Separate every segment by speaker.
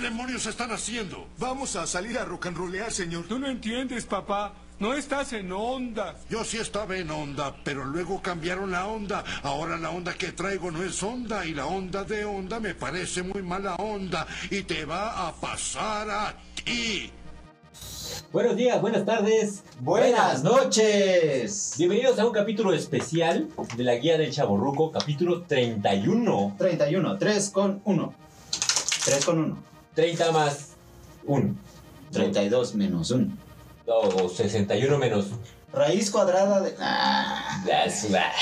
Speaker 1: demonios están haciendo?
Speaker 2: Vamos a salir a rock and rollear, señor.
Speaker 3: Tú no entiendes, papá. No estás en onda.
Speaker 1: Yo sí estaba en onda, pero luego cambiaron la onda. Ahora la onda que traigo no es onda y la onda de onda me parece muy mala onda y te va a pasar a ti.
Speaker 4: Buenos días, buenas tardes,
Speaker 5: Buenas noches.
Speaker 4: bienvenidos a un capítulo especial de la Guía del Chaborruco, capítulo 31.
Speaker 5: 31, 3 con 1. 3 con 1.
Speaker 4: 30 más 1,
Speaker 5: 32 menos 1.
Speaker 4: o 61 menos.
Speaker 5: Raíz cuadrada de... Ah,
Speaker 4: That's bad.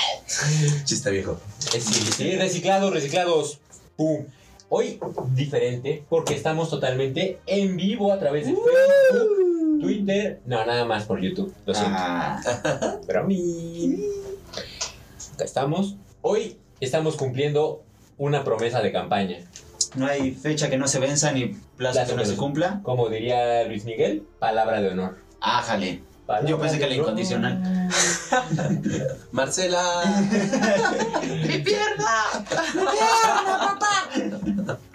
Speaker 5: chiste viejo.
Speaker 4: Sí, sí, reciclados, reciclados. Pum. Hoy diferente porque estamos totalmente en vivo a través
Speaker 5: Uh.
Speaker 4: de Facebook, Twitter, no, nada más por YouTube. Lo siento.
Speaker 5: Ah,
Speaker 4: Pero a mí. Acá estamos. Hoy estamos cumpliendo una promesa de campaña.
Speaker 5: no hay fecha que no se venza ni plazo
Speaker 4: Plazo
Speaker 5: que no
Speaker 4: que
Speaker 5: se
Speaker 4: no-
Speaker 5: cumpla.
Speaker 4: Como diría Luis Miguel, palabra de honor.
Speaker 5: Ájale.
Speaker 4: Palabra
Speaker 5: Yo pensé
Speaker 4: de
Speaker 5: que la
Speaker 4: honor.
Speaker 5: incondicional.
Speaker 6: Marcela.
Speaker 5: ¡Mi pierna!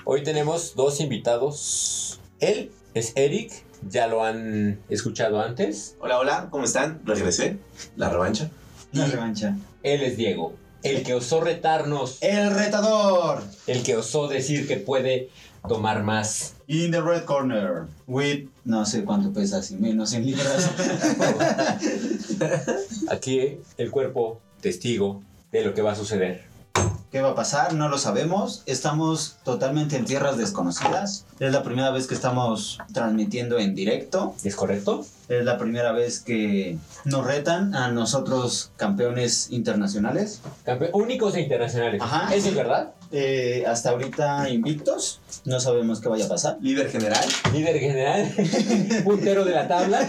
Speaker 4: Hoy tenemos dos invitados. Él es Eric, ya lo han escuchado antes.
Speaker 6: Hola, hola, ¿cómo están? Regresé. La revancha.
Speaker 5: La revancha.
Speaker 4: Él es Diego, el que osó retarnos,
Speaker 5: El retador.
Speaker 4: el que osó decir que puede tomar más.
Speaker 5: In the red corner. With... No sé cuánto pesa, si menos en libras.
Speaker 4: Aquí el cuerpo testigo de lo que va a suceder.
Speaker 5: ¿Qué va a pasar? No lo sabemos. Estamos totalmente en tierras desconocidas. Es la primera vez que estamos transmitiendo en directo.
Speaker 4: ¿Es correcto?
Speaker 5: Es la primera vez que nos retan a nosotros campeones internacionales.
Speaker 4: Campe- únicos e internacionales.
Speaker 5: Ajá.
Speaker 4: Eso es verdad.
Speaker 5: Eh, hasta ahorita invictos. No sabemos qué vaya a pasar.
Speaker 6: Líder general.
Speaker 4: Líder general, puntero de la tabla.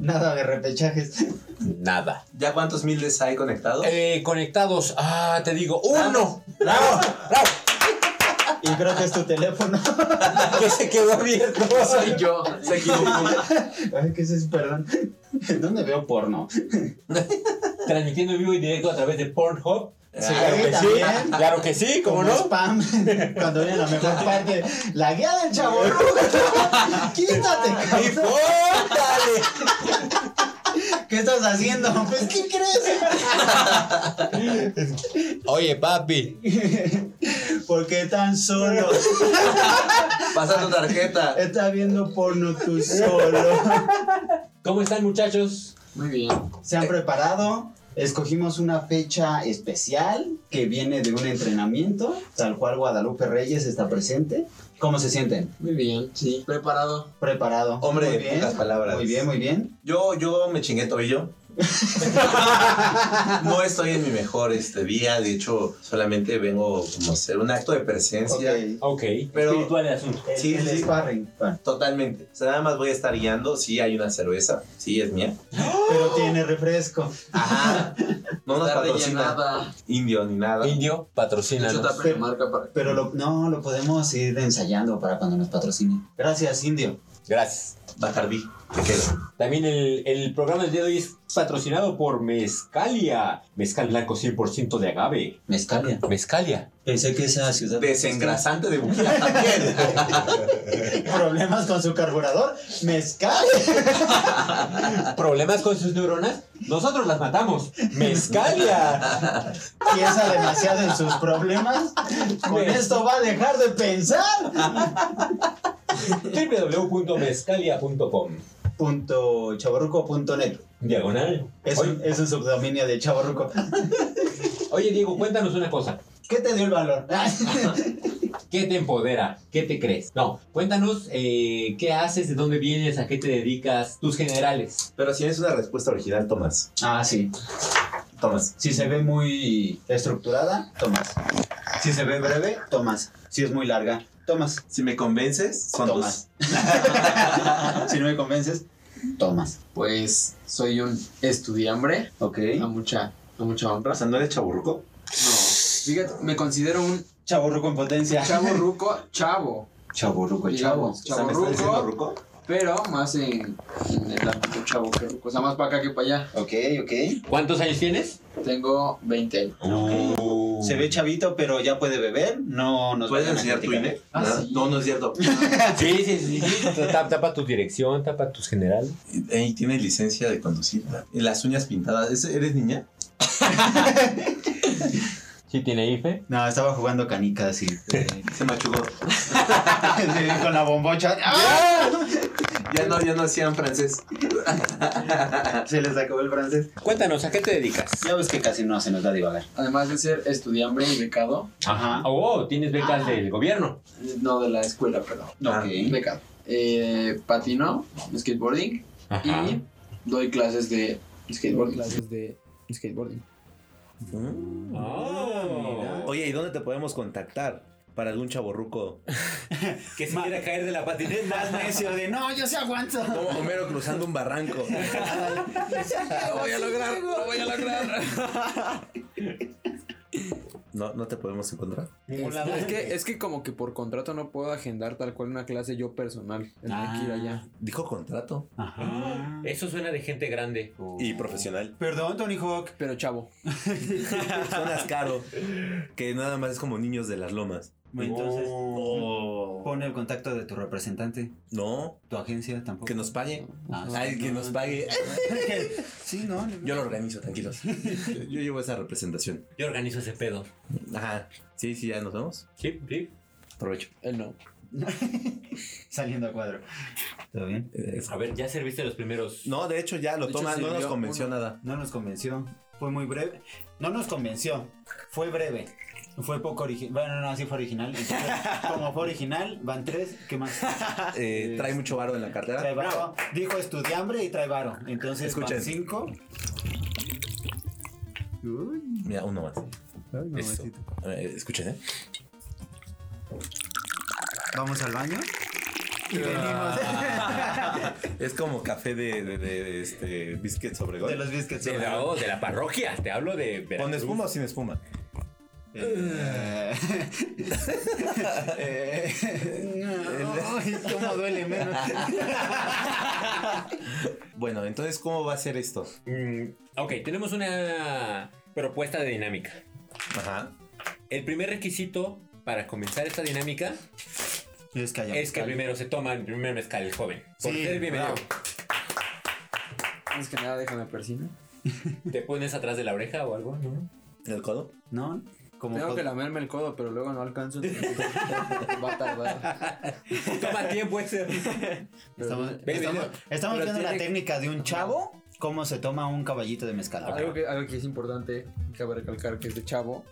Speaker 5: Nada de repechajes.
Speaker 4: Nada.
Speaker 6: ¿Ya cuántos miles hay conectados?
Speaker 4: Eh, conectados. Ah, te digo, uno. ¡Bravo! ¡Bravo!
Speaker 5: Y creo que es tu teléfono.
Speaker 4: Que se quedó abierto.
Speaker 6: Soy yo. Se equivocó.
Speaker 5: Ay, ¿qué es eso? Perdón. ¿Dónde veo porno?
Speaker 4: Transmitiendo en vivo y directo a través de Pornhub.
Speaker 5: Sí,
Speaker 4: claro que sí.
Speaker 5: también.
Speaker 4: Claro que sí, ¿cómo
Speaker 5: Como
Speaker 4: no?
Speaker 5: spam. Cuando viene la mejor parte. La guía del chavo. Quítate,
Speaker 4: ¡Y
Speaker 5: cabrón.
Speaker 4: fórtale!
Speaker 5: ¿Qué estás haciendo? Pues, ¿qué crees?
Speaker 4: Oye, papi.
Speaker 5: ¿Por qué tan solo?
Speaker 6: Pasa tu tarjeta.
Speaker 5: Estás viendo porno tú solo.
Speaker 4: ¿Cómo están, muchachos?
Speaker 6: Muy bien.
Speaker 5: Se han preparado. Escogimos una fecha especial que viene de un entrenamiento, tal cual Guadalupe Reyes está presente. ¿Cómo se sienten?
Speaker 6: Muy bien, sí. Preparado.
Speaker 5: Preparado.
Speaker 6: Hombre
Speaker 5: muy
Speaker 6: de pocas palabras.
Speaker 5: Muy bien, muy bien.
Speaker 6: Yo, yo me chingué tobillo. no estoy en mi mejor este día. De hecho, solamente vengo como a hacer un acto de presencia.
Speaker 5: Ok.
Speaker 4: Ok.
Speaker 6: Pero-
Speaker 4: Espiritual el asunto.
Speaker 6: Sí,
Speaker 5: el,
Speaker 6: sí, sí.
Speaker 5: sparring. Bueno,
Speaker 6: Totalmente. O sea, nada más voy a estar guiando. Sí, hay una cerveza. Sí, es mía.
Speaker 5: Pero tiene refresco.
Speaker 6: Ajá. No nos
Speaker 7: Está
Speaker 6: patrocina
Speaker 7: rellenada.
Speaker 6: indio ni nada.
Speaker 4: Indio, patrocina.
Speaker 7: Yo tapé la marca para.
Speaker 5: Pero lo- no, lo podemos ir ensayando para cuando nos patrocine. Gracias, Indio.
Speaker 4: Gracias.
Speaker 6: Bacardí. Te quedo.
Speaker 4: También el, el programa del día de hoy es patrocinado por Mezcalia. Mezcal blanco 100% de agave.
Speaker 5: Mezcalia.
Speaker 4: Mezcalia.
Speaker 5: Pensé que esa ciudad...
Speaker 6: Desengrasante de buquilla también.
Speaker 5: Problemas con su carburador. Mezcalia.
Speaker 4: ¿Problemas con sus neuronas? Nosotros las matamos. ¡Mezcalia!
Speaker 5: piensa demasiado en sus problemas, con esto va a dejar de pensar.
Speaker 4: www.mezcalia.com
Speaker 5: Punto chavorruco.net.
Speaker 4: Diagonal.
Speaker 5: Es, un-
Speaker 4: Oye,
Speaker 5: es un subdominio de chavorruco.
Speaker 4: oye, Diego, cuéntanos una cosa.
Speaker 5: ¿Qué te dio el valor?
Speaker 4: ¿Qué te empodera? ¿Qué te crees? No, cuéntanos eh, qué haces, de dónde vienes, a qué te dedicas, tus generales.
Speaker 6: Pero si es una respuesta original, Tomás.
Speaker 5: Ah, sí.
Speaker 6: Tomás.
Speaker 5: Si se ve muy estructurada, tomas. Si se ve breve, tomas. Si es muy larga, tomas.
Speaker 6: Si me convences, son
Speaker 5: Tomas. si no me convences, tomas.
Speaker 7: Pues soy un estudiambre.
Speaker 5: Ok.
Speaker 7: A mucha, a mucha honra.
Speaker 6: dos. O sea, ¿no eres chaburruco?
Speaker 7: No. Fíjate, me considero un
Speaker 5: Chavorruco en potencia.
Speaker 7: chavo ruco chavo.
Speaker 5: Chavorruco,
Speaker 7: Digamos,
Speaker 6: O sea, ¿me estás diciendo
Speaker 7: Chavorruco.
Speaker 6: ruco?
Speaker 7: pero más en, en el ámbito chavo que ruco. O sea, más para acá que para allá.
Speaker 8: Ok, ok.
Speaker 4: ¿Cuántos años tienes?
Speaker 7: Tengo 20 años.
Speaker 8: Se ve chavito, pero ya puede beber. No nos
Speaker 9: ¿Puedes
Speaker 8: vayan a
Speaker 9: Oh. enseñar tu
Speaker 8: criticar,
Speaker 9: INE?
Speaker 8: ¿eh?
Speaker 7: Ah,
Speaker 9: Nada.
Speaker 7: sí.
Speaker 9: No, no es cierto.
Speaker 4: Sí, sí, sí. sí. Tapa, tapa tu dirección, tapa tus generales.
Speaker 9: Ey, tienes licencia de conducir. Y las uñas pintadas. ¿Es- ¿Eres niña?
Speaker 4: Sí, tiene
Speaker 5: E.
Speaker 4: IFE.
Speaker 8: No, estaba jugando canicas y
Speaker 9: Se machucó.
Speaker 5: eh,
Speaker 8: con la bombocha.
Speaker 9: Ya no, ya no hacían francés.
Speaker 8: ¡Ah! Se les acabó el francés.
Speaker 4: Cuéntanos, ¿a qué te dedicas?
Speaker 8: Ya ves que casi no se nos da divagar.
Speaker 7: Además de ser estudiante y becado,
Speaker 8: Ajá.
Speaker 4: Oh, tienes becas del gobierno.
Speaker 7: eh, no de la escuela, pero
Speaker 9: Ah.
Speaker 8: Ok.
Speaker 7: becado. Eh, patino, skateboarding y doy clases de skateboarding. clases de skateboarding.
Speaker 6: Ah, Oye, ¿y dónde te podemos contactar? Para algún chaborruco que se quiera caer de la patineta.
Speaker 8: Más necio de no, yo se aguanto.
Speaker 6: Como Homero cruzando un barranco. No, no te podemos encontrar.
Speaker 7: Es que, es que como que por contrato no puedo agendar tal cual una clase yo personal. Tendré que ir allá.
Speaker 5: Ah.
Speaker 6: Dijo contrato.
Speaker 4: Eso suena de gente grande.
Speaker 6: Y profesional.
Speaker 5: Perdón, Tony Hawk.
Speaker 7: Pero chavo,
Speaker 6: Sonas caro. Que nada más es como niños de las lomas.
Speaker 5: Entonces,
Speaker 6: Oh.
Speaker 5: pone el contacto de tu representante.
Speaker 6: No,
Speaker 5: Tu agencia tampoco.
Speaker 6: que nos pague.
Speaker 5: Ah, sí.
Speaker 6: Ay, que nos pague.
Speaker 5: Sí, no. no.
Speaker 6: Yo lo organizo, tranquilos. Yo, yo llevo esa representación.
Speaker 4: Yo organizo ese pedo.
Speaker 6: Ajá. Sí, sí, ya nos vemos.
Speaker 4: Sí, sí.
Speaker 6: Aprovecho.
Speaker 7: él no.
Speaker 8: Saliendo a cuadro. ¿Todo bien?
Speaker 6: Eh,
Speaker 4: A ver, ya serviste los primeros.
Speaker 6: No, de hecho ya lo
Speaker 7: De hecho,
Speaker 6: toma, no nos
Speaker 7: sirvió
Speaker 6: convenció
Speaker 7: uno.
Speaker 6: nada.
Speaker 5: No nos convenció. Fue muy breve. No nos convenció. Fue breve. Fue poco original. Bueno, no, así fue original. Entonces, como fue original, van tres. ¿Qué más? Eh,
Speaker 6: Eh, trae mucho varo en la cartera.
Speaker 5: Trae varo. Dijo estudiambre y trae varo. Entonces,
Speaker 6: Escuchen.
Speaker 5: van cinco. Uy,
Speaker 6: Mira, uno más.
Speaker 5: no,
Speaker 6: Eso.
Speaker 5: besito.
Speaker 6: A ver, escuchen, ¿eh?
Speaker 5: Vamos al baño. Y venimos.
Speaker 6: Es como café de, de, de, de, este biscuit sobre gol.
Speaker 5: De los biscuits.
Speaker 4: De la, oh, de la parroquia, te hablo de
Speaker 6: ¿Con
Speaker 4: Veracruz.
Speaker 6: espuma o sin espuma?
Speaker 5: Eh, eh, no, ay, cómo duele menos.
Speaker 6: Bueno, entonces, ¿cómo va a ser esto?
Speaker 4: Mm, ok, tenemos una propuesta de dinámica.
Speaker 6: Ajá.
Speaker 4: El primer requisito para comenzar esta dinámica
Speaker 5: Es que
Speaker 4: es que primero se toma el primer mezcal el joven. Por
Speaker 5: Sí,
Speaker 4: ser bienvenido.
Speaker 7: Antes que nada, déjame persina.
Speaker 4: Te pones atrás de la oreja o algo, ¿no?
Speaker 6: ¿En el codo?
Speaker 5: No, como
Speaker 7: Tengo
Speaker 5: pod-
Speaker 7: que lamerme el codo, pero luego no alcanzo. entonces Va a tardar.
Speaker 4: Toma tiempo ese.
Speaker 5: estamos,
Speaker 7: Pero-
Speaker 5: estamos- estamos
Speaker 7: pero
Speaker 5: viendo la
Speaker 7: tiene-
Speaker 5: técnica de un chavo cómo se toma un caballito de mezcal.
Speaker 7: Algo que, algo que es importante, cabe recalcar que es de chavo,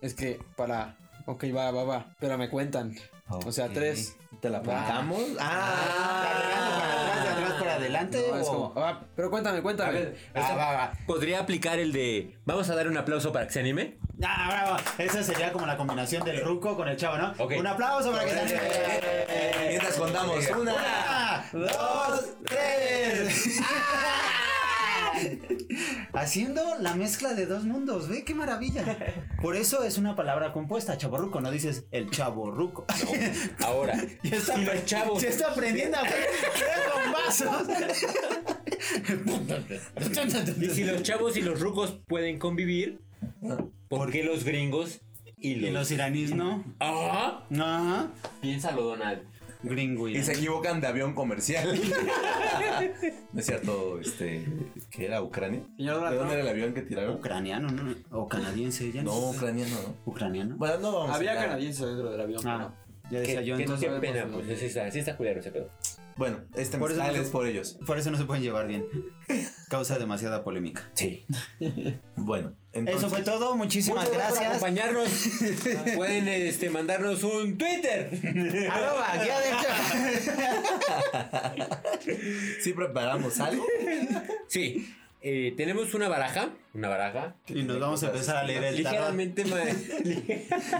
Speaker 7: es que para, ok, va, va, va, pero me cuentan. O sea,
Speaker 5: Ok.
Speaker 7: tres.
Speaker 6: ¿Te la plantamos?
Speaker 5: ¿Para atrás, de
Speaker 6: ¡Ah!
Speaker 5: atrás, para adelante
Speaker 7: No,
Speaker 5: o-
Speaker 7: es como, ah, pero cuéntame,
Speaker 4: A
Speaker 7: cuéntame.
Speaker 4: ver,
Speaker 5: Ah, va, va.
Speaker 4: ¿podría aplicar el de vamos a dar un aplauso para que se anime?
Speaker 5: Ah, bravo. Esa sería como la combinación del ruco con el chavo, ¿no?
Speaker 4: Ok.
Speaker 5: Un aplauso para que salga.
Speaker 6: Mientras contamos. ¡Una!
Speaker 5: dos, tres. Ah. Haciendo la mezcla de dos mundos, ve qué maravilla. Por eso es una palabra compuesta, chaborruco, no dices el chaborruco.
Speaker 4: Ahora,
Speaker 5: Ya está,
Speaker 4: y los chavos.
Speaker 5: Ya está aprendiendo a jugar con
Speaker 4: Y si
Speaker 5: vasos.
Speaker 4: los chavos y los rucos pueden convivir, ¿por qué los gringos y los.
Speaker 5: Ah.
Speaker 4: Ah.
Speaker 5: Y los iraníes, ¿no?
Speaker 4: Ajá.
Speaker 5: Ajá.
Speaker 4: Piénsalo, Donald.
Speaker 5: Gringo
Speaker 6: Y
Speaker 5: iraní.
Speaker 6: se equivocan de avión comercial. ¿No es cierto? Este, ¿Qué era? ¿Ucrania?
Speaker 5: Señor
Speaker 6: ¿De
Speaker 5: Bartón.
Speaker 6: dónde era el avión que tiraron?
Speaker 5: Ucraniano, ¿no? O canadiense, ya
Speaker 6: No, ucraniano, ¿no?
Speaker 5: Ucraniano.
Speaker 6: Bueno, no vamos
Speaker 7: Había
Speaker 6: a hablar.
Speaker 7: canadienses dentro del avión.
Speaker 5: Ah, ya
Speaker 4: Qué,
Speaker 5: decía yo
Speaker 4: qué-
Speaker 5: entonces.
Speaker 4: qué
Speaker 7: sabemos
Speaker 4: pena,
Speaker 7: dónde.
Speaker 4: pues sí está, sí está culero ese pedo.
Speaker 6: Bueno, este
Speaker 5: Por eso
Speaker 6: mensaje
Speaker 5: no
Speaker 6: es
Speaker 5: les-
Speaker 6: por ellos.
Speaker 5: Por eso no se pueden llevar bien. Causa demasiada polémica.
Speaker 4: Sí.
Speaker 6: Bueno, entonces,
Speaker 5: Eso fue todo, muchísimas gracias.
Speaker 4: acompañarnos. pueden este, mandarnos un Twitter.
Speaker 5: Arroba, guía del chavo.
Speaker 6: sí preparamos algo.
Speaker 4: Sí. eh, tenemos una baraja. Una baraja.
Speaker 5: Y nos vamos a empezar a leer el tarot.
Speaker 4: Ligeramente más.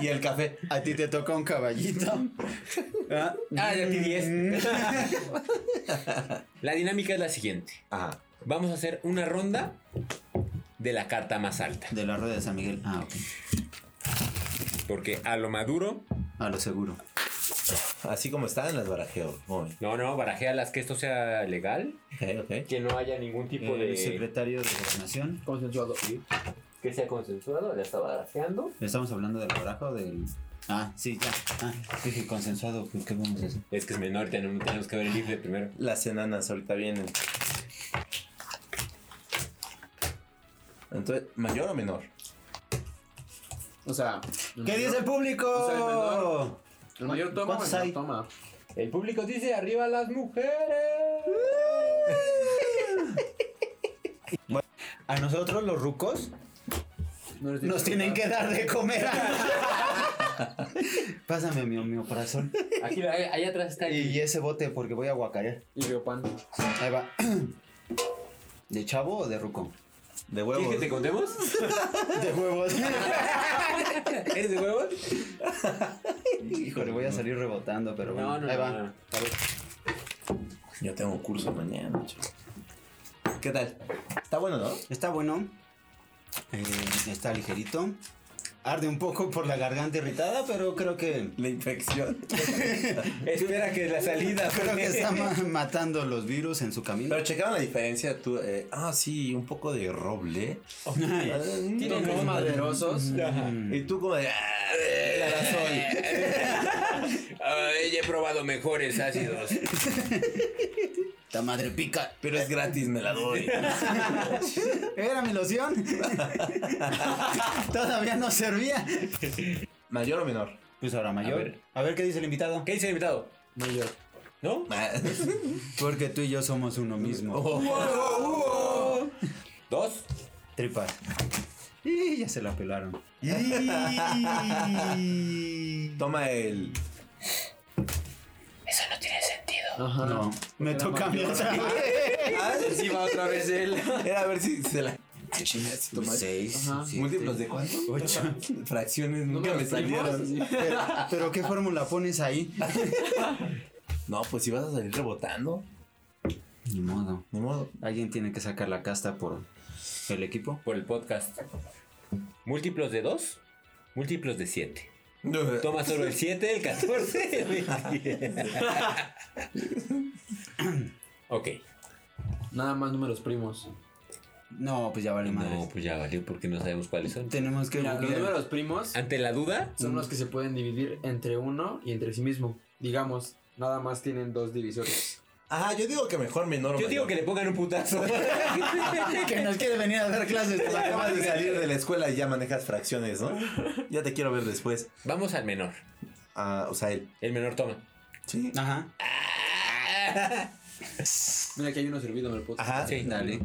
Speaker 6: y el café.
Speaker 5: A ti te toca un caballito. Ah,
Speaker 4: Ah, ya di 10. La dinámica es la siguiente.
Speaker 6: Ajá.
Speaker 4: Vamos a hacer una ronda de la carta más alta.
Speaker 5: De la rueda de San Miguel. Ah, ok.
Speaker 4: Porque a lo maduro
Speaker 5: A lo seguro.
Speaker 6: Así como están, las barajeo. Muy.
Speaker 4: No, no, barajea las que esto sea legal,
Speaker 6: Ok, ok.
Speaker 4: que no haya ningún tipo
Speaker 5: El
Speaker 4: de...
Speaker 5: secretario de Gobernación.
Speaker 7: Consensuado.
Speaker 4: Que sea consensuado, la está barajeando.
Speaker 5: ¿Estamos hablando del baraja o del.? Ah, sí, ya. Ah, dije consensuado. pues, ¿Qué vamos a hacer?
Speaker 4: Es que es menor, tenemos tenemos que ver el IFE primero.
Speaker 6: Las enanas ahorita vienen. Entonces, ¿mayor o menor?
Speaker 7: O sea.
Speaker 5: ¿Qué dice el público?
Speaker 7: O sea, el menor. El mayor toma.
Speaker 5: ¿Cuántos
Speaker 7: el menor
Speaker 5: hay?
Speaker 7: toma.
Speaker 4: El público dice, arriba las mujeres.
Speaker 5: A nosotros los rucos
Speaker 7: No les digo
Speaker 5: nos tienen
Speaker 7: nada.
Speaker 5: que dar de comer. Pásame mi omeprazol
Speaker 4: Aquí, ahí, ahí atrás está el...
Speaker 5: y ese bote porque voy a guacarear.
Speaker 7: Y veo pan.
Speaker 5: Ahí va. ¿De chavo o de ruco?
Speaker 6: De
Speaker 4: ¿Quieres
Speaker 6: huevos.
Speaker 4: que te contemos?
Speaker 5: De huevos.
Speaker 4: ¿Eres de huevos?
Speaker 5: Híjole, voy a salir rebotando, pero bueno.
Speaker 4: No, no,
Speaker 5: Ahí
Speaker 4: no,
Speaker 5: va.
Speaker 4: no.
Speaker 6: Yo tengo curso mañana, chicos. ¿Qué tal? Está bueno, ¿no?
Speaker 5: Está bueno. Eh, está ligerito. Arde un poco por la garganta irritada, pero creo que.
Speaker 6: La infección.
Speaker 4: Espera que la salida.
Speaker 5: Creo que está ma- matando los virus en su camino.
Speaker 6: Pero checaron la diferencia tú. eh, ah, sí, un poco de roble.
Speaker 7: Oh,
Speaker 6: Ah, mm,
Speaker 7: Tienen los maderosos.
Speaker 6: Y tú como de... ah, eh,
Speaker 4: Ay, he probado mejores ácidos.
Speaker 5: La madre pica.
Speaker 6: Pero es gratis, me la doy.
Speaker 5: Era mi loción. Todavía no servía.
Speaker 6: ¿Mayor o menor?
Speaker 5: Pues ahora mayor. A ver,
Speaker 4: ver.
Speaker 5: qué dice el invitado.
Speaker 4: ¿Qué dice el invitado?
Speaker 7: Mayor.
Speaker 4: ¿No?
Speaker 6: Ah,
Speaker 5: Porque tú y yo somos uno mismo.
Speaker 4: Oh. ¿Dos?
Speaker 5: Tripas. Y ya se la pelaron. no,
Speaker 6: Toma el...
Speaker 7: Ajá.
Speaker 5: me
Speaker 7: Era
Speaker 5: toca a mí
Speaker 7: mayor.
Speaker 5: otra
Speaker 7: Sí, va otra vez él.
Speaker 6: Ah,
Speaker 7: Ah,
Speaker 6: Era a ver si se la...
Speaker 5: Seis.
Speaker 7: Ajá.
Speaker 5: siete,
Speaker 6: ¿Múltiplos de cuánto?
Speaker 5: Ocho.
Speaker 6: Fracciones nunca me salieron.
Speaker 5: Pero, pero ¿qué fórmula pones ahí?
Speaker 6: No, pues si vas a salir rebotando.
Speaker 5: Ni modo.
Speaker 6: Ni modo.
Speaker 5: Alguien tiene que sacar la casta por el equipo.
Speaker 4: Por el podcast. ¿Múltiplos de dos? Múltiplos de siete. Toma solo el 7, el 14, el 27. ok.
Speaker 7: Nada más números primos.
Speaker 5: No, pues ya vale madre.
Speaker 4: No, pues ya valió porque no sabemos cuáles son.
Speaker 5: Tenemos que
Speaker 7: Mira, los
Speaker 5: googlear.
Speaker 7: números primos
Speaker 4: Ante la duda,
Speaker 7: son los que se pueden dividir entre uno y entre sí mismo. Digamos, nada más tienen dos divisores.
Speaker 6: Ah, yo digo que mejor menor o
Speaker 4: yo digo
Speaker 6: mayor.
Speaker 4: que le pongan un putazo.
Speaker 5: que nos quiere venir a dar clases.
Speaker 6: Te Acabas de salir de la escuela y ya manejas fracciones, ¿no? Ya te quiero ver después.
Speaker 4: Vamos al menor.
Speaker 6: Ah, o sea, el...
Speaker 4: El menor toma.
Speaker 6: Sí.
Speaker 5: Ajá.
Speaker 7: Mira, aquí hay uno servido en el podcast.
Speaker 6: Ajá.
Speaker 4: Sí.
Speaker 6: Dale.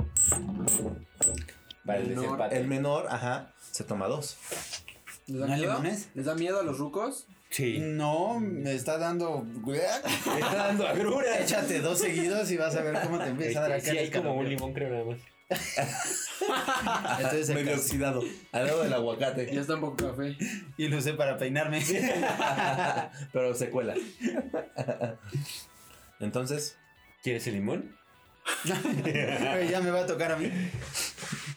Speaker 4: Para el
Speaker 7: Menor,
Speaker 4: desempate.
Speaker 6: El menor, ajá, se toma dos.
Speaker 7: ¿Les da
Speaker 5: ¿No hay
Speaker 7: miedo?
Speaker 5: limones?
Speaker 7: ¿Les da miedo a los rucos?
Speaker 4: Sí.
Speaker 5: No, me está dando.
Speaker 4: Me está dando agrura.
Speaker 5: Échate dos seguidos y vas a ver cómo te empieza a dar acá.
Speaker 4: Este, Sí, hay
Speaker 5: el
Speaker 4: como un limón,
Speaker 5: escalofrío.
Speaker 4: creo, nada más.
Speaker 5: Entonces, acá-
Speaker 6: Medio oxidado. Al lado del aguacate.
Speaker 7: Ya está un poco café.
Speaker 5: Y lo usé para peinarme.
Speaker 6: Pero se cuela. Entonces,
Speaker 4: ¿Quieres el limón?
Speaker 5: Güey, ya me va a tocar a mí.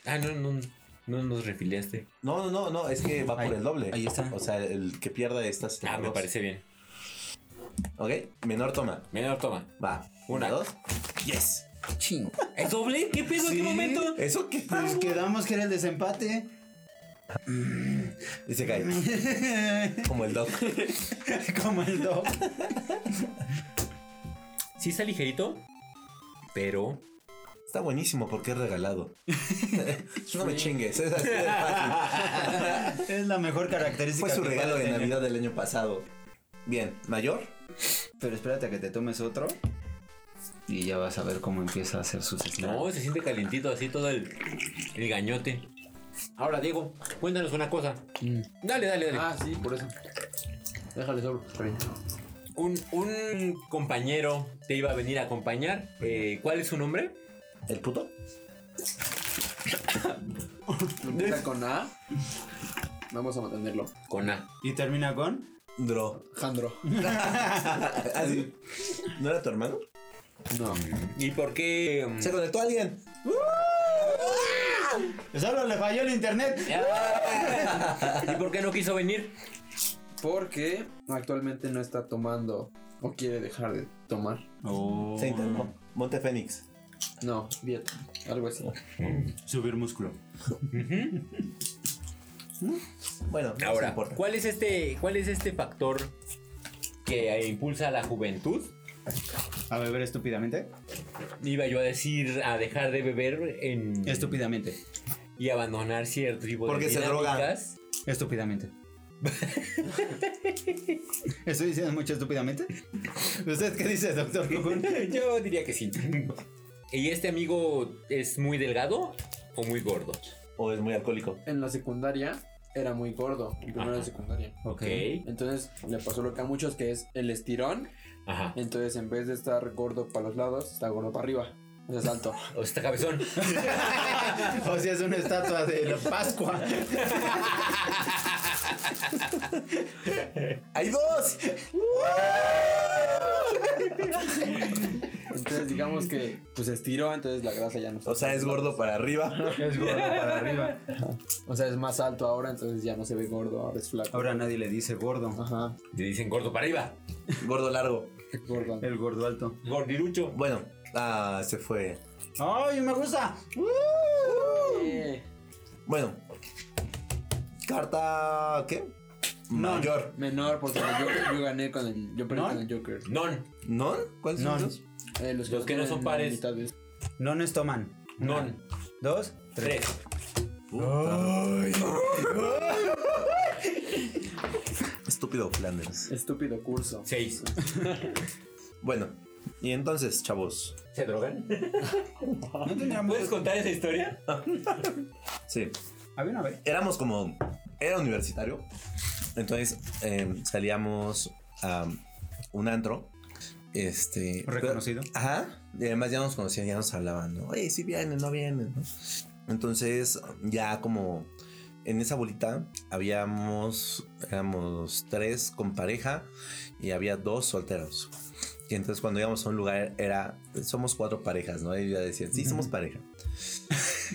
Speaker 4: Ah, no, no. No nos refiliaste.
Speaker 6: no, no, no, no, es que va
Speaker 5: Ahí-
Speaker 6: por el doble.
Speaker 5: ahí está.
Speaker 6: O sea, el que pierda estas.
Speaker 4: Ah, me parece bien.
Speaker 6: Ok, menor toma.
Speaker 4: Menor toma.
Speaker 6: Va.
Speaker 4: Una.
Speaker 6: Una, dos. Yes.
Speaker 5: Chingo.
Speaker 4: ¿Es doble? ¿Qué pedo? ¿En
Speaker 5: Sí.
Speaker 4: qué momento?
Speaker 6: ¿Eso qué?
Speaker 5: Pues quedamos que era el desempate.
Speaker 6: Y se cae. Como el dog.
Speaker 5: como el do.
Speaker 4: Sí está ligerito, pero...
Speaker 6: Está buenísimo porque es regalado. no me chingues. Es así de fácil.
Speaker 5: Es la mejor característica.
Speaker 6: Fue su
Speaker 5: que
Speaker 6: regalo
Speaker 5: puedes
Speaker 6: de
Speaker 5: tener.
Speaker 6: Navidad del año pasado. Bien, mayor.
Speaker 5: Pero espérate a que te tomes otro. Y ya vas a ver cómo empieza a hacer sus
Speaker 4: No, se siente calientito así todo el, el gañote. Ahora, Diego, cuéntanos una cosa. Dale, dale, dale.
Speaker 7: Ah, sí, por eso. Déjale solo.
Speaker 4: Un, un compañero te iba a venir a acompañar. Eh, ¿Cuál es su nombre?
Speaker 6: ¿El puto?
Speaker 7: Empieza con A. Vamos a mantenerlo.
Speaker 4: Con A.
Speaker 5: ¿Y termina con?
Speaker 6: Dro.
Speaker 7: Jandro.
Speaker 6: Ah, sí. ¿No era tu hermano?
Speaker 7: No.
Speaker 4: ¿Y por qué? mm,
Speaker 6: Se conectó alguien.
Speaker 5: Pues Solo le falló el internet.
Speaker 4: ¿Y por qué no quiso venir?
Speaker 7: Porque actualmente no está tomando o quiere dejar de tomar.
Speaker 5: Oh,
Speaker 6: Se internó. Monte Fénix.
Speaker 7: No, dieta, algo así.
Speaker 5: Subir músculo.
Speaker 6: Bueno, no
Speaker 4: Ahora,
Speaker 6: importa.
Speaker 4: ¿cuál es este, cuál es este factor que eh, impulsa a la juventud?
Speaker 5: ¿A beber estúpidamente?
Speaker 4: Iba yo a decir a dejar de beber en
Speaker 5: Estúpidamente.
Speaker 4: y abandonar cierto tipo
Speaker 9: Porque
Speaker 4: de
Speaker 9: se drogan.
Speaker 4: dinámicas.
Speaker 5: Estúpidamente. ¿Estoy diciendo mucho estúpidamente? ¿Usted qué dice, doctor?
Speaker 4: Yo diría que sí. ¿Y este amigo es muy delgado o muy gordo?
Speaker 6: O es muy alcohólico.
Speaker 7: En la secundaria era muy gordo, en primero de secundaria.
Speaker 4: Ok.
Speaker 7: Entonces le pasó lo que a muchos que es el estirón.
Speaker 4: Ajá.
Speaker 7: Entonces en vez de estar gordo para los lados, está gordo para arriba. Ese es alto.
Speaker 4: O está cabezón.
Speaker 5: O sea, es una estatua de la Pascua.
Speaker 6: ¡Hay dos!
Speaker 7: Entonces digamos que pues estiró, entonces la grasa ya no está.
Speaker 6: O sea, es gordo para arriba.
Speaker 5: Es gordo para arriba.
Speaker 7: O sea, es más alto ahora, entonces ya no se ve gordo, ahora es flaco.
Speaker 5: Ahora nadie le dice gordo.
Speaker 7: Ajá,
Speaker 4: Le dicen gordo para arriba.
Speaker 6: Gordo largo.
Speaker 7: gordo.
Speaker 5: El gordo alto.
Speaker 4: Gordirucho.
Speaker 6: Bueno, ah, se fue.
Speaker 5: ¡Ay, me gusta!
Speaker 7: Eh,
Speaker 6: Bueno. Carta. ¿Qué? Mayor.
Speaker 7: Menor porque yo, yo gané con el. Yo perdí
Speaker 5: ¿No?
Speaker 7: con el Joker.
Speaker 4: Non.
Speaker 6: ¿Non? ¿Cuáles son
Speaker 5: Non.
Speaker 6: los?
Speaker 7: Eh,
Speaker 4: Los que no
Speaker 7: ganan
Speaker 4: son
Speaker 7: la
Speaker 4: pares.
Speaker 7: mitad de-
Speaker 5: No nos toman.
Speaker 4: Non.
Speaker 5: Dos.
Speaker 4: Tres.
Speaker 6: Estúpido Flanders.
Speaker 7: Estúpido curso.
Speaker 4: Seis.
Speaker 6: Bueno. Y entonces, chavos.
Speaker 4: ¿Se drogan? ¿Puedes contar esa historia?
Speaker 6: Sí.
Speaker 5: Había una vez.
Speaker 6: éramos como. Era universitario. Entonces eh, salíamos a un antro. Este.
Speaker 5: Reconocido.
Speaker 6: pero- ajá. Y además ya nos conocían, ya nos hablaban, ¿no? Oye, si vienen, no vienen, ¿no? Entonces, ya como. En esa bolita habíamos. Éramos tres con pareja y había dos solteros. Y entonces cuando íbamos a un lugar era, somos cuatro parejas, ¿no? Y ya decían, sí, somos pareja.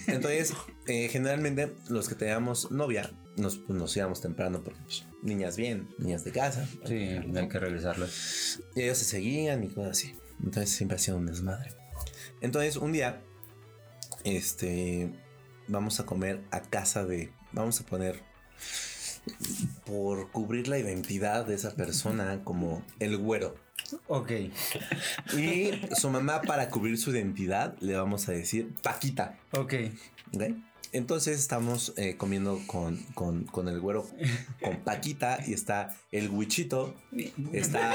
Speaker 6: Entonces, eh, generalmente los que teníamos novia, nos, pues, nos íbamos temprano porque pues, niñas bien, niñas de casa.
Speaker 5: hay que realizarlo.
Speaker 6: Y ellos se seguían y cosas así. Entonces siempre ha sido un desmadre. Entonces un día, este, vamos a comer a casa de, vamos a poner, por cubrir la identidad de esa persona como el güero.
Speaker 5: Ok.
Speaker 6: Y su mamá, para cubrir su identidad, le vamos a decir Paquita.
Speaker 5: Ok.
Speaker 6: ¿ok? Entonces estamos eh, comiendo con, con, con el güero, con Paquita, y está el Huichito, está,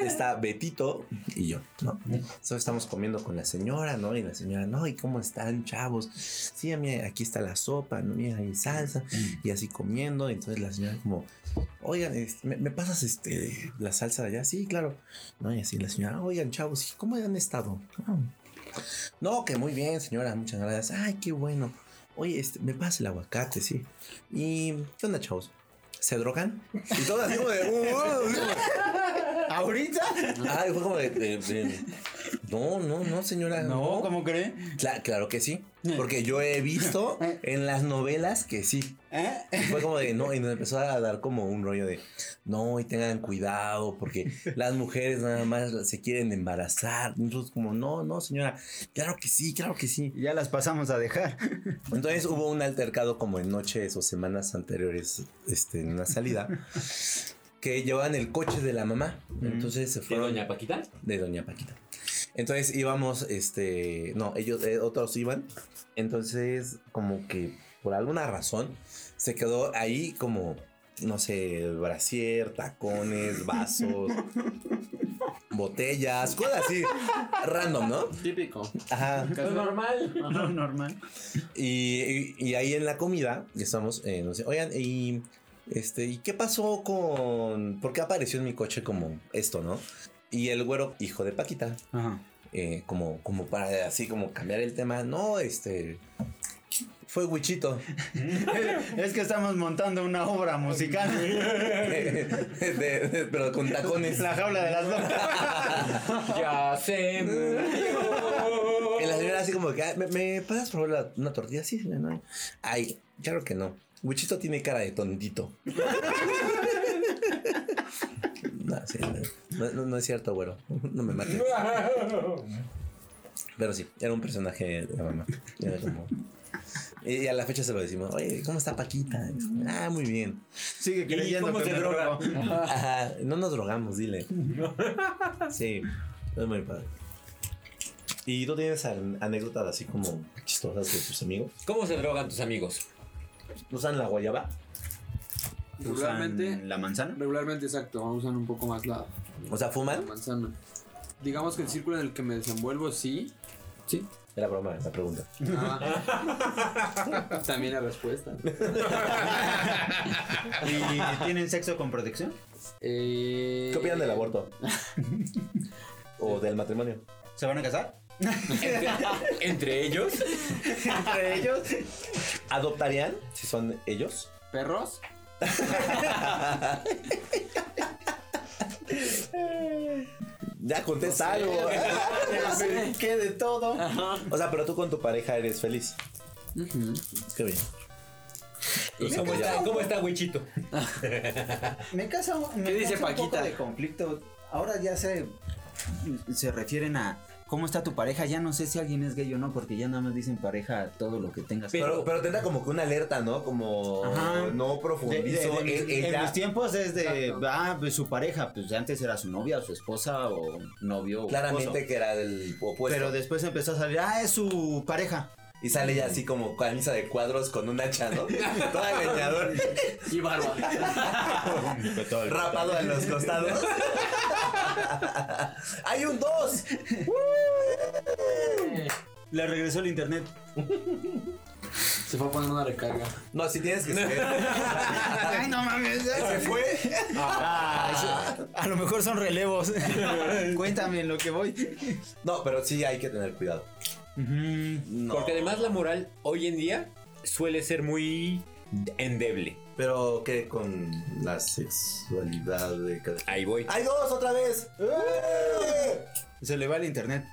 Speaker 6: está Betito y yo, ¿no? Entonces estamos comiendo con la señora, ¿no? Y la señora, no, ¿y cómo están, chavos? Sí, mira, aquí está la sopa, ¿no? Mira, hay salsa, y así comiendo. Entonces la señora, como, oigan, este, ¿me, me pasas este, la salsa de allá? Sí, claro. ¿No? Y así la señora, oigan, chavos, ¿y ¿cómo han estado? "Ah, no, que muy bien, señora, muchas gracias. Ay, qué bueno. Oye, este, me pasa el aguacate, sí. ¿Y qué onda, chavos? ¿Se drogan? Y todo así como de. "Oh,
Speaker 5: ¿Ahorita?
Speaker 6: Ay, fue como de. de- de- no, no, no, señora.
Speaker 5: No, ¿cómo Eh. cree?
Speaker 6: Cla- claro que sí. Porque yo he visto en las novelas que sí.
Speaker 5: ¿Eh?
Speaker 6: Y fue como de no, y nos empezó a dar como un rollo de no, y tengan cuidado, porque las mujeres nada más se quieren embarazar. Nosotros, como, no, no, señora, claro que sí, claro que sí.
Speaker 5: Ya las pasamos a dejar.
Speaker 6: Entonces hubo un altercado como en noches o semanas anteriores este, en una salida que llevaban el coche de la mamá. Entonces se
Speaker 4: ¿De
Speaker 6: fueron
Speaker 4: doña Paquita?
Speaker 6: de doña Paquita. Entonces íbamos, este, no, ellos, eh, otros iban. Entonces como que por alguna razón se quedó ahí como, no sé, brasier, tacones, vasos, botellas, cosas así, random, ¿no?
Speaker 7: Típico.
Speaker 6: Ajá.
Speaker 4: Es Pues normal.
Speaker 5: No, normal.
Speaker 6: Y, y- y ahí en la comida ya estamos, eh, no sé, oigan, y este, ¿y qué pasó con, por qué apareció en mi coche como esto, no? Y el güero, hijo de Paquita,
Speaker 5: Ajá.
Speaker 6: eh, como, como para así como cambiar el tema, no, este, fue Wichito
Speaker 5: Es que estamos montando una obra musical.
Speaker 6: De- de- pero con tacones.
Speaker 5: La jaula de las locas.
Speaker 4: Ya se
Speaker 6: Y la señora así como que, "Ah, ¿me, me pasas por favor la- una tortilla? Sí, señora, no hay". Ay, claro que no. Wichito tiene cara de tontito. No, Sí, no, no- no es cierto, güero. No me mates. Pero sí, era un personaje de la mamá. Era como- Y y a la fecha se lo decimos, oye, ¿cómo está Paquita? Ah, muy bien.
Speaker 9: Sigue creyendo
Speaker 6: cómo
Speaker 9: que
Speaker 6: se
Speaker 9: me
Speaker 6: droga?
Speaker 9: drogo.
Speaker 6: Ajá, no nos drogamos, dile. Sí, es muy padre. ¿Y tú tienes an- anécdotas así como chistosas de tus amigos?
Speaker 4: ¿Cómo se drogan tus amigos?
Speaker 6: ¿Usan la guayaba?
Speaker 7: Regularmente,
Speaker 5: ¿Usan ¿La manzana?
Speaker 7: regularmente exacto, usan un poco más la,
Speaker 6: O sea,
Speaker 7: la
Speaker 6: ¿fuman?
Speaker 7: manzana. Digamos que el círculo en el que me desenvuelvo, sí. Sí.
Speaker 6: Era broma esa pregunta.
Speaker 7: Ah. También la respuesta.
Speaker 5: ¿Y tienen sexo con protección?
Speaker 7: Eh,
Speaker 6: ¿Qué opinan del aborto? ¿O del matrimonio?
Speaker 5: ¿Se van a casar?
Speaker 4: ¿Entre ellos?
Speaker 6: ¿Entre ellos? ¿Adoptarían si son ellos?
Speaker 7: ¿Perros?
Speaker 6: Ya contesta algo.
Speaker 5: Que de todo.
Speaker 6: O sea, pero tú con tu pareja eres feliz. Qué bien.
Speaker 4: ¿Y cómo está, cómo está Wichito?
Speaker 5: Me casa me
Speaker 7: ¿Qué dice
Speaker 5: causa un poco
Speaker 7: Paquita?
Speaker 5: de conflicto. Ahora ya se se refieren a cómo está tu pareja. Ya no sé si alguien es gay o no, porque ya nada más dicen pareja todo lo que tengas.
Speaker 6: Pero, pero tendrá como que una alerta, ¿no? Como
Speaker 5: Ajá.
Speaker 6: no
Speaker 5: De-
Speaker 6: profundizo.
Speaker 5: de- de-
Speaker 6: en- en
Speaker 5: en
Speaker 6: la-
Speaker 5: mis tiempos es de ah, pues su pareja, pues antes era su novia o su esposa o novio. o
Speaker 6: claramente
Speaker 5: esposo.
Speaker 6: que era del opuesto.
Speaker 5: Pero después empezó a salir, ah, es su pareja.
Speaker 6: y sale ya así como camisa de cuadros con un hacha, ¿no? Toda leñador,
Speaker 7: Y barba.
Speaker 6: rapado a los costados. ¡Hay un dos!
Speaker 5: Le regresó el internet.
Speaker 7: Se fue a poner una recarga.
Speaker 6: No, si tienes que ser.
Speaker 5: Ay, no mames.
Speaker 6: Se fue.
Speaker 5: Ah, eso- a lo mejor son relevos. Cuéntame en lo que voy.
Speaker 6: No, pero sí hay que tener cuidado. No.
Speaker 4: Porque además la moral hoy en día suele ser muy endeble.
Speaker 6: Pero que con la sexualidad de cada.
Speaker 4: Ahí voy.
Speaker 6: ¡Hay dos otra vez! ¡Eh!
Speaker 5: Se le va el internet.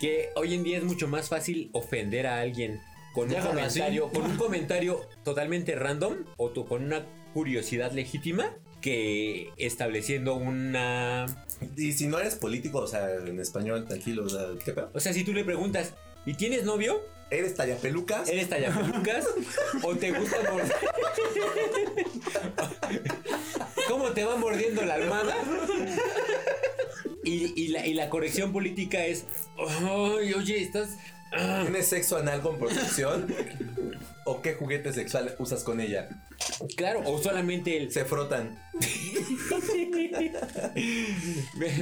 Speaker 4: Que hoy en día es mucho más fácil ofender a alguien con un
Speaker 6: Déjame
Speaker 4: comentario, con un comentario totalmente random o tu- con una curiosidad legítima que estableciendo una.
Speaker 6: Y si no eres político, o sea, en español, tranquilo, o sea, ¿qué pedo?
Speaker 4: O sea, si tú le preguntas, ¿y tienes novio?
Speaker 6: ¿Eres tallapelucas?
Speaker 4: ¿Eres tallapelucas? ¿O te gusta morder? ¿Cómo te va mordiendo la almada? Y, y la, y la corrección política es, "Ay, oye, estás... ah".
Speaker 6: ¿Tienes sexo anal con protección? ¿O qué juguete sexual usas con ella?
Speaker 4: Claro, o solamente el...
Speaker 6: Se frotan.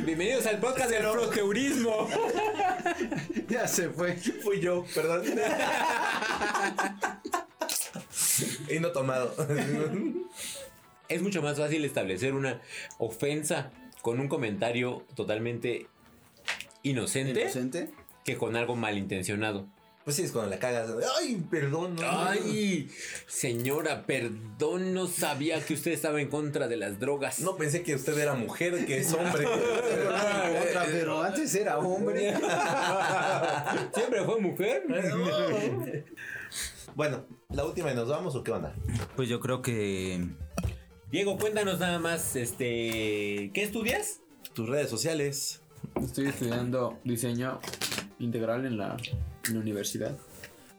Speaker 4: Bienvenidos al podcast del proteurismo.
Speaker 5: Ya se fue.
Speaker 6: Fui yo, perdón. y no tomado.
Speaker 4: Es mucho más fácil establecer una ofensa con un comentario totalmente inocente,
Speaker 5: ¿Inocente?
Speaker 4: que con algo malintencionado.
Speaker 6: pues sí, es cuando la cagas. ¡Ay, perdón! no,
Speaker 4: Ay, señora, perdón, no sabía que usted estaba en contra de las drogas.
Speaker 6: No pensé que usted era mujer, que es hombre.
Speaker 5: Otra, pero antes era hombre.
Speaker 4: Siempre fue mujer.
Speaker 6: bueno, la última y nos vamos o qué onda?
Speaker 5: Pues yo creo que.
Speaker 4: Diego, cuéntanos nada más, este, ¿qué estudias?
Speaker 6: Tus redes sociales.
Speaker 7: Estoy estudiando diseño integral en la, en la universidad.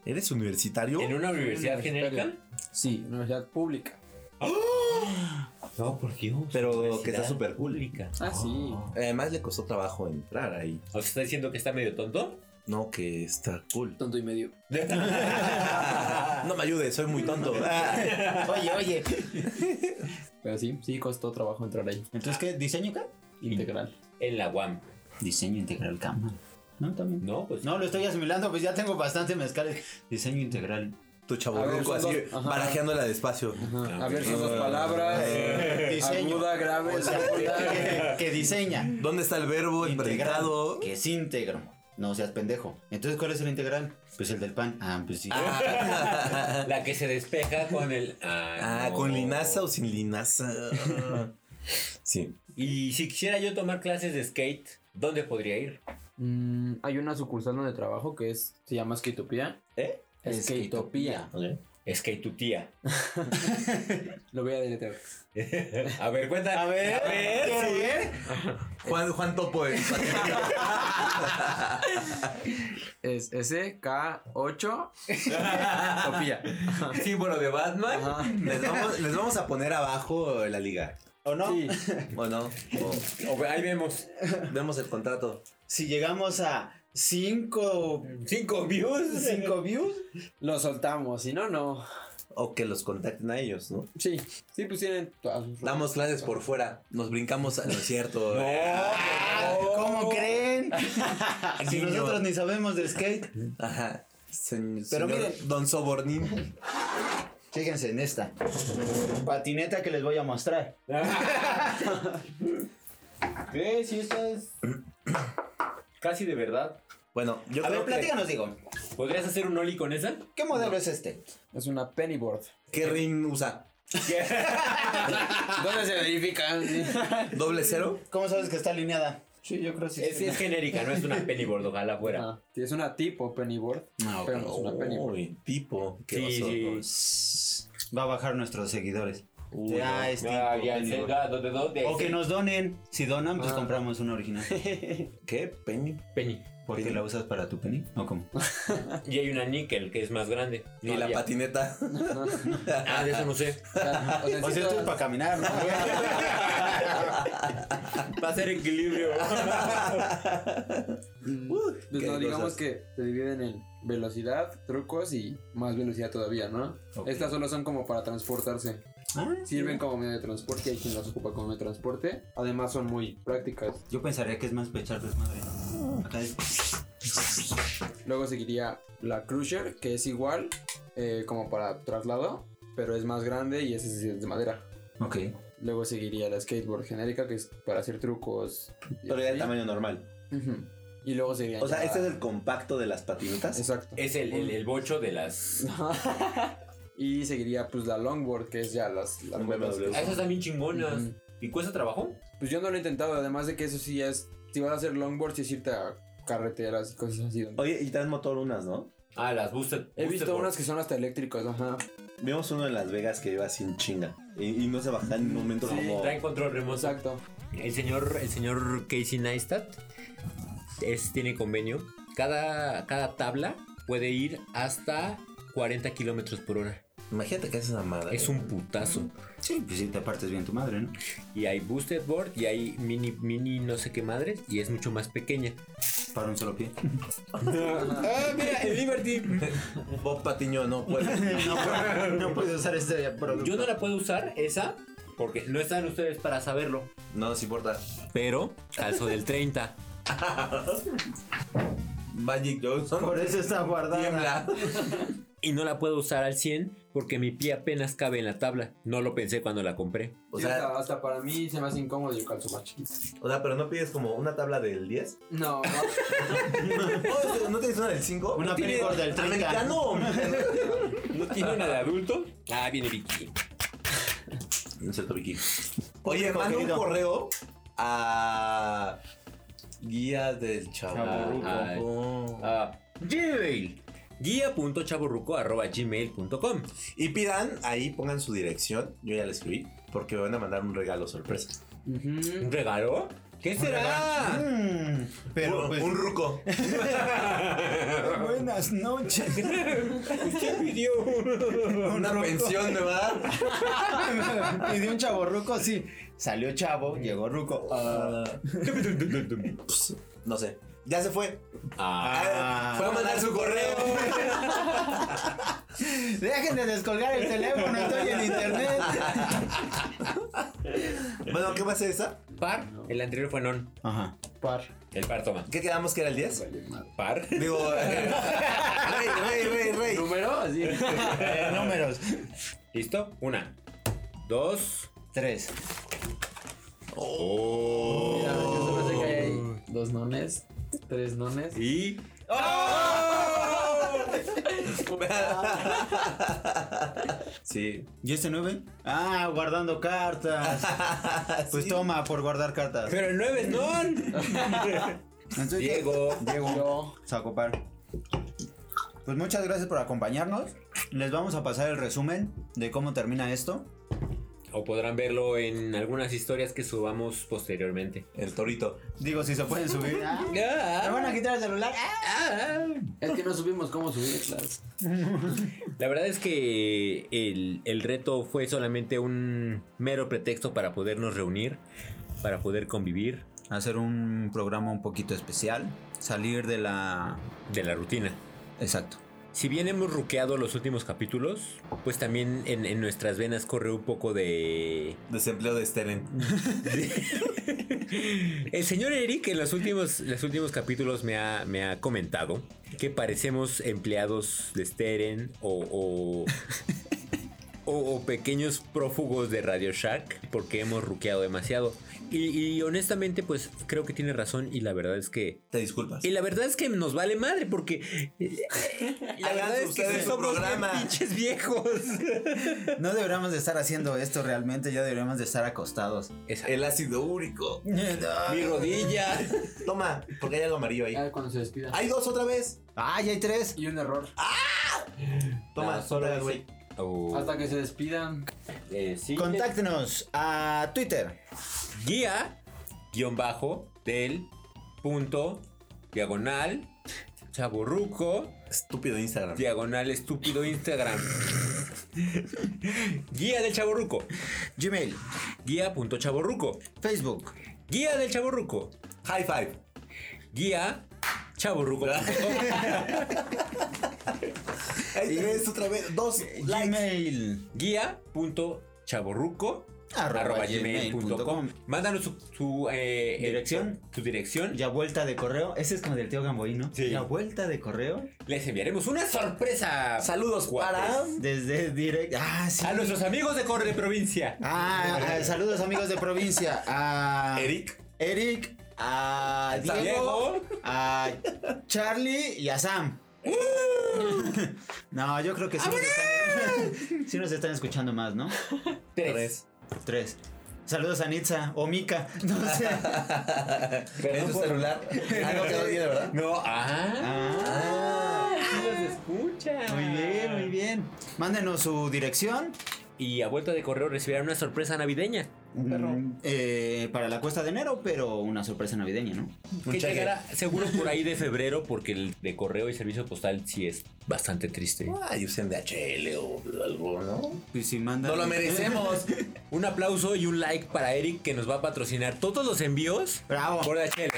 Speaker 6: ¿Eres universitario?
Speaker 4: En una universidad genérica.
Speaker 7: Sí, universidad pública.
Speaker 4: No, por Dios.
Speaker 6: Pero que está
Speaker 4: Universidad
Speaker 6: súper cool.
Speaker 4: pública.
Speaker 7: Ah, sí.
Speaker 5: Oh.
Speaker 6: Además le costó trabajo entrar ahí.
Speaker 4: ¿Os está diciendo que está medio tonto?
Speaker 6: No, que está cool.
Speaker 7: Tonto y medio.
Speaker 6: no me ayudes, soy muy tonto.
Speaker 5: Oye, oye.
Speaker 7: Pero sí, sí costó trabajo entrar ahí.
Speaker 5: Entonces, ¿qué? ¿Diseño acá?
Speaker 7: Integral.
Speaker 4: en la UAM.
Speaker 5: Diseño integral cama. No, también.
Speaker 4: No, pues
Speaker 5: No, lo estoy asimilando, pues ya tengo bastante mezcales. Diseño integral.
Speaker 6: tu
Speaker 7: A ver,
Speaker 6: chaburruco
Speaker 7: son
Speaker 6: así,
Speaker 7: dos. Ajá.
Speaker 6: barajeándola despacio.
Speaker 7: A ver, son dos palabras.
Speaker 5: Ah, Eh, diseño.
Speaker 7: Aguda, grave,
Speaker 5: O sea,
Speaker 7: aguda.
Speaker 5: que, que diseña.
Speaker 6: ¿Dónde está el verbo, el
Speaker 5: Integral.
Speaker 6: predicado?
Speaker 5: Que es íntegro. No seas pendejo. Entonces, ¿cuál es el integral? Pues el del pan. Ah, pues sí.
Speaker 4: la que se despeja con el. Ah,
Speaker 6: Ah,
Speaker 4: no.
Speaker 6: ¿con linaza o sin linaza? sí.
Speaker 4: Y si quisiera yo tomar clases de skate, ¿dónde podría ir?
Speaker 7: Mm, hay una sucursal donde trabajo que es, se llama Skatopía.
Speaker 6: ¿Eh?
Speaker 7: Skatopía.
Speaker 4: Es que tu tía.
Speaker 7: Lo voy a deletrear.
Speaker 4: A ver, cuenta.
Speaker 5: A ver,
Speaker 4: A ver,
Speaker 5: quiero
Speaker 4: sí.
Speaker 5: ver.
Speaker 10: Juan, Juan Topo. el-
Speaker 7: Es SK8 Topía.
Speaker 10: Símbolo de Batman.
Speaker 7: Ajá.
Speaker 6: Les vamos, les vamos a poner abajo la liga.
Speaker 5: ¿O no?
Speaker 7: Sí.
Speaker 6: ¿O no? O
Speaker 4: O- ahí vemos.
Speaker 6: vemos el contrato.
Speaker 5: Si llegamos a 5
Speaker 4: Cinco views.
Speaker 5: cinco views,
Speaker 7: Lo soltamos, si no, no.
Speaker 6: O que los contacten a ellos, ¿no?
Speaker 7: Sí, sí, pues tienen todas sus
Speaker 6: Damos clases por fuera. Nos brincamos. a- No es cierto.
Speaker 5: ¿cómo creen? si
Speaker 6: Niño.
Speaker 5: nosotros ni sabemos de skate.
Speaker 6: Ajá. Señ-
Speaker 5: Pero
Speaker 6: señor
Speaker 5: miren.
Speaker 6: Don Sobornín.
Speaker 5: Fíjense en esta patineta que les voy a mostrar.
Speaker 4: ¿Qué? Si esto es. Casi de verdad.
Speaker 6: Bueno, yo
Speaker 5: a ver,
Speaker 6: creo que,
Speaker 5: platícanos, digo.
Speaker 4: ¿Podrías hacer un Oli con esa?
Speaker 5: ¿Qué modelo es este?
Speaker 7: Es una pennyboard.
Speaker 6: ¿qué ring usa?
Speaker 7: ¿Dónde se verifica?
Speaker 6: ¿Doble cero?
Speaker 5: ¿Cómo sabes que está alineada? Sí, yo creo que sí.
Speaker 4: Es, es genérica, no es una pennyboard, ojalá fuera.
Speaker 7: Ah, sí, es una tipo pennyboard.
Speaker 6: Ah,
Speaker 7: Pero no es una pennyboard.
Speaker 6: Uy, tipo. Qué
Speaker 4: Sí,
Speaker 6: oso.
Speaker 5: Va a bajar nuestros seguidores.
Speaker 6: Uy, no.
Speaker 5: ya, es
Speaker 4: Ya,
Speaker 5: tipo
Speaker 4: ya,
Speaker 5: penny board.
Speaker 4: ya, ¿dónde, dónde?
Speaker 5: O que nos donen. Si donan, pues
Speaker 7: Ah.
Speaker 5: compramos una original.
Speaker 6: ¿Qué? Penny.
Speaker 4: Penny.
Speaker 5: Porque
Speaker 6: Penny.
Speaker 5: la usas para tu penny. ¿O cómo?
Speaker 4: Y hay una níquel que es más grande.
Speaker 6: Y la
Speaker 4: patita.
Speaker 6: patineta.
Speaker 4: Ah, de eso no sé.
Speaker 7: O sea, o sea,
Speaker 5: O sea,
Speaker 7: sí
Speaker 5: esto es
Speaker 7: todas-
Speaker 5: para caminar, ¿no?
Speaker 4: Va a ser equilibrio.
Speaker 7: Mm, pues
Speaker 6: qué
Speaker 7: no, digamos
Speaker 6: cosas.
Speaker 7: que se dividen en velocidad, trucos y más velocidad todavía, ¿no? Estas solo son como para transportarse. Sirven como medio de transporte, hay quien las ocupa como medio de transporte. Además son muy prácticas.
Speaker 5: Yo pensaría que es más pechar desmadre. Acá es-
Speaker 7: Luego seguiría la Cruiser, que es igual eh, como para traslado, pero es más grande y ese sí es de madera.
Speaker 5: Ok.
Speaker 7: Luego seguiría la skateboard genérica, que es para hacer trucos. y
Speaker 6: Pero ya
Speaker 7: así.
Speaker 6: de tamaño normal.
Speaker 7: Ujú. Y luego seguiría.
Speaker 6: O sea,
Speaker 7: la-
Speaker 6: este es el compacto de las patinetas.
Speaker 7: Exacto.
Speaker 4: Es el, el, el bocho de las.
Speaker 7: y seguiría pues la longboard, que es ya las... las
Speaker 6: Un
Speaker 7: botas.
Speaker 6: BMW.
Speaker 4: Ah, esas también chingonas.
Speaker 7: Ujú.
Speaker 4: ¿Y cuesta trabajo?
Speaker 7: Pues yo no lo he intentado, además de que eso sí es... Si vas a hacer longboard, sí es irte a carreteras y cosas así. donde-
Speaker 6: Oye, y traen motor unas, ¿no?
Speaker 4: Ah, las boosted.
Speaker 7: He visto
Speaker 4: boosted
Speaker 7: unas que son hasta eléctricas, ajá.
Speaker 6: Vimos uno en Las Vegas que iba sin chinga. Y, y no se bajaba en un momento
Speaker 7: Sí,
Speaker 6: como.
Speaker 4: board. Traen control remoto.
Speaker 7: Exacto.
Speaker 4: El señor, el señor Casey Neistat es, tiene convenio. Cada, cada tabla puede ir hasta 40 kilómetros por hora.
Speaker 6: Imagínate que es esa madre.
Speaker 4: Es un putazo.
Speaker 5: Sí, pues sí, te partes bien tu madre, ¿no?
Speaker 4: Y hay boosted board y hay mini, mini no sé qué madres. Y es mucho más pequeña.
Speaker 5: Para un solo pie.
Speaker 4: Ah, mira, el Liberty.
Speaker 6: Bob Patiño, no puede.
Speaker 5: No, puedo- no puedo usar este producto.
Speaker 4: Yo no la puedo usar, esa, porque no están ustedes para saberlo.
Speaker 6: no nos importa.
Speaker 4: Pero calzo del 30.
Speaker 6: Magic Johnson.
Speaker 5: Por eso está guardada.
Speaker 6: Tiembla.
Speaker 4: Y no la puedo usar al 100 porque mi pie apenas cabe en la tabla. No lo pensé cuando la compré.
Speaker 6: O
Speaker 7: Sí, hasta-
Speaker 6: sea,
Speaker 7: hasta, para mí se me hace incómodo yo calzo más chiquito.
Speaker 6: o sea, pero no pides como una tabla del 10.
Speaker 7: No, no.
Speaker 6: Oh, ¿No tienes una del 5?
Speaker 5: Una película del 30.
Speaker 6: ¡Americano!
Speaker 4: ¿No tiene una de adulto? Ah, viene Vicky.
Speaker 6: No es cierto, Vicky. Oye,
Speaker 5: Correo
Speaker 6: manda un
Speaker 5: querido.
Speaker 6: correo a guía del chavo.
Speaker 4: Chavorruco. Ah, Gmail. Guía.chaborruco.gmail.com
Speaker 6: Y pidan, ahí pongan su dirección. Yo ya la escribí. Porque me van a mandar un regalo sorpresa.
Speaker 4: ¿Un regalo? ¿Qué será?
Speaker 5: Mm, pero
Speaker 6: un,
Speaker 5: pues,
Speaker 6: un ruco.
Speaker 5: buenas noches.
Speaker 4: ¿Qué pidió?
Speaker 6: Una pensión me va a dar.
Speaker 5: Y de un chavo ruco, sí. Salió chavo, llegó ruco. Ah,
Speaker 6: Pss, No sé. Ya se fue.
Speaker 5: Ah.
Speaker 6: fue a mandar su correo.
Speaker 5: dejen de descolgar el teléfono, estoy en internet.
Speaker 6: bueno, ¿qué va a ser esa?
Speaker 4: Par. El anterior fue non.
Speaker 5: Ajá.
Speaker 7: Par.
Speaker 4: El par toma.
Speaker 6: ¿Qué quedamos que era el 10?
Speaker 4: Par.
Speaker 6: Digo, eh, rey, rey, rey, rey.
Speaker 7: ¿Número? Así.
Speaker 5: Eh, números.
Speaker 4: ¿Listo? Una, dos.
Speaker 5: Tres.
Speaker 7: Mira, yo solo sé que hay dos nones, tres nones.
Speaker 4: Y.
Speaker 5: ¡Oh!
Speaker 4: ¡Oh!
Speaker 6: Sí.
Speaker 5: ¿Y este nueve? Ah, guardando cartas. Pues toma, por guardar cartas.
Speaker 4: Pero el 9 es non.
Speaker 5: Entonces,
Speaker 4: Diego.
Speaker 5: Diego. Sacopar. Pues muchas gracias por acompañarnos. les vamos a pasar el resumen de cómo termina esto.
Speaker 4: O podrán verlo en algunas historias que subamos posteriormente.
Speaker 11: El torito.
Speaker 5: Digo, si se pueden subir. Ah,
Speaker 4: Ah,
Speaker 5: ¿Me van a quitar el celular? Ah.
Speaker 4: ah, ah.
Speaker 7: Es que no supimos cómo subir, claro.
Speaker 4: La verdad es que el, el reto fue solamente un mero pretexto para podernos reunir, para poder convivir
Speaker 5: Hacer un programa un poquito especial. Salir de la...
Speaker 4: de la rutina.
Speaker 5: Exacto.
Speaker 4: Si bien hemos ruqueado los últimos capítulos, pues también en, en nuestras venas corre un poco de...
Speaker 11: Desempleo de Steren.
Speaker 4: El Eh, señor Eric en los últimos, los últimos capítulos me ha, me ha comentado que parecemos empleados de Steren o... o o, o pequeños prófugos de Radio Shack porque hemos ruqueado demasiado. Y, y honestamente, pues creo que tiene razón y la verdad es que...
Speaker 11: Te disculpas.
Speaker 4: Y la verdad es que nos vale madre porque... eh, La
Speaker 6: Hagan
Speaker 4: verdad es que
Speaker 6: ustedes su
Speaker 4: somos bien
Speaker 6: programa.
Speaker 4: pinches viejos.
Speaker 5: No deberíamos de estar haciendo esto realmente. Ya deberíamos de estar acostados.
Speaker 6: El ácido úrico.
Speaker 4: Mi rodilla.
Speaker 6: Toma, porque hay algo amarillo ahí.
Speaker 7: Ya cuando se despida.
Speaker 6: Hay dos otra vez.
Speaker 5: Ah, ya hay tres.
Speaker 7: Y un error.
Speaker 6: Toma,
Speaker 7: solo
Speaker 6: otra vez,
Speaker 7: ese.
Speaker 6: güey.
Speaker 7: Hasta que se despidan.
Speaker 4: Eh, sí.
Speaker 5: Contáctenos a Twitter.
Speaker 4: Guía guión bajo del punto diagonal chaburruco
Speaker 6: Estúpido Instagram.
Speaker 4: diagonal estúpido Instagram. Guía del chaborruco.
Speaker 5: Gmail.
Speaker 4: Guía punto chaborruco.
Speaker 5: Facebook.
Speaker 4: Guía del chaborruco.
Speaker 6: High five.
Speaker 4: Guía chaborruco.
Speaker 6: Hay tres otra vez. Dos.
Speaker 5: Gmail.
Speaker 4: guía punto chaborruco.
Speaker 5: Arroba
Speaker 4: arroba
Speaker 5: gmail punto
Speaker 4: gmail.com.
Speaker 5: com.
Speaker 4: Mándanos su, su, eh, eh,
Speaker 5: Dirección.
Speaker 4: su dirección.
Speaker 5: Ya vuelta de correo. Ese es como del tío Gamboí, ¿no?
Speaker 4: Sí.
Speaker 5: La vuelta de correo.
Speaker 4: Les enviaremos una sorpresa.
Speaker 6: Saludos
Speaker 4: cuates.
Speaker 6: para.
Speaker 5: Desde direct. Ah, sí.
Speaker 4: A nuestros amigos de Corre Provincia.
Speaker 5: Ah, ah, saludos amigos de provincia. A
Speaker 6: Eric.
Speaker 5: Eric. A Diego.
Speaker 4: Diego.
Speaker 5: A Charlie y a Sam. No, yo creo que sí. Nos están, sí nos están escuchando más, ¿no?
Speaker 4: Tres.
Speaker 5: Tres. Saludos a Nitza o Mika. No sé.
Speaker 6: En tu celular. Ah, no, cada día, ¿verdad?
Speaker 4: No, ah.
Speaker 5: Ah,
Speaker 4: sí los escucha.
Speaker 5: muy bien, muy bien. Mándenos su dirección
Speaker 4: Y a vuelta de correo recibirán una sorpresa navideña.
Speaker 5: mm, eh, para la cuesta de enero, pero una sorpresa navideña, ¿no?
Speaker 4: Que
Speaker 6: cheque.
Speaker 4: llegará seguro por ahí de febrero, porque el de correo y servicio postal sí es bastante triste.
Speaker 6: Ah, y usen DHL o algo, ¿no?
Speaker 5: Pues si mandan.
Speaker 6: No lo merecemos.
Speaker 4: Un aplauso y un like para Eric que nos va a patrocinar todos los envíos
Speaker 5: Bravo.
Speaker 4: por DHL.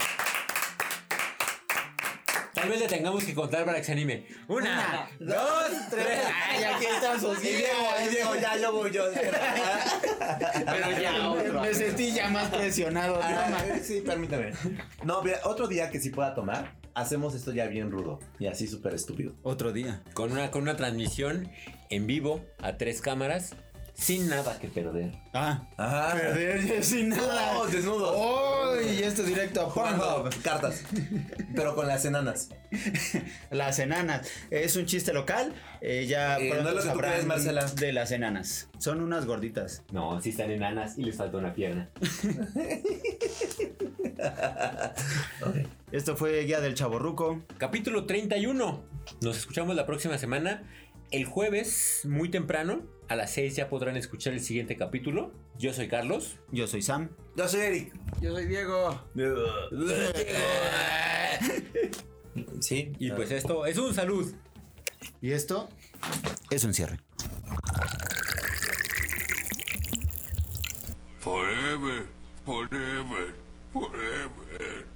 Speaker 4: Tal vez le tengamos que contar para que se anime. Una, dos, tres.
Speaker 5: Ay, aquí están sus
Speaker 6: Y Diego, y Diego, ya, yo voy yo. eh,
Speaker 7: Pero ya otro.
Speaker 5: Me sentí ya más presionado.
Speaker 6: Ah, sí, permítame. No, mira, otro día que sí pueda tomar, hacemos esto ya bien rudo y así súper estúpido.
Speaker 5: Otro día.
Speaker 4: Con una, con una transmisión en vivo a tres cámaras sin nada que perder.
Speaker 5: Ah,
Speaker 6: Ah,
Speaker 5: perder yo sin nada.
Speaker 6: No, desnudos.
Speaker 5: ¡Uy! esto es directo a
Speaker 6: Jugando
Speaker 5: Pornhub.
Speaker 6: cartas, pero con las enanas.
Speaker 5: Las enanas. Es un chiste local. eh, ya
Speaker 6: Eh,
Speaker 5: pronto
Speaker 6: no es lo que tú
Speaker 5: sabrán
Speaker 6: crees, Marcela.
Speaker 5: de las enanas. Son unas gorditas.
Speaker 4: No, sí están enanas y les falta una pierna.
Speaker 5: Esto fue Guía del Chaborruco.
Speaker 4: Capítulo 31. Nos escuchamos la próxima semana. El jueves, muy temprano, a las 6 ya podrán escuchar el siguiente capítulo. Yo soy Carlos.
Speaker 5: Yo soy Sam.
Speaker 6: Yo soy Eric.
Speaker 7: Yo soy Diego.
Speaker 4: Sí. Y pues esto es un salud.
Speaker 5: Y esto es un cierre.
Speaker 12: Forever, forever, forever.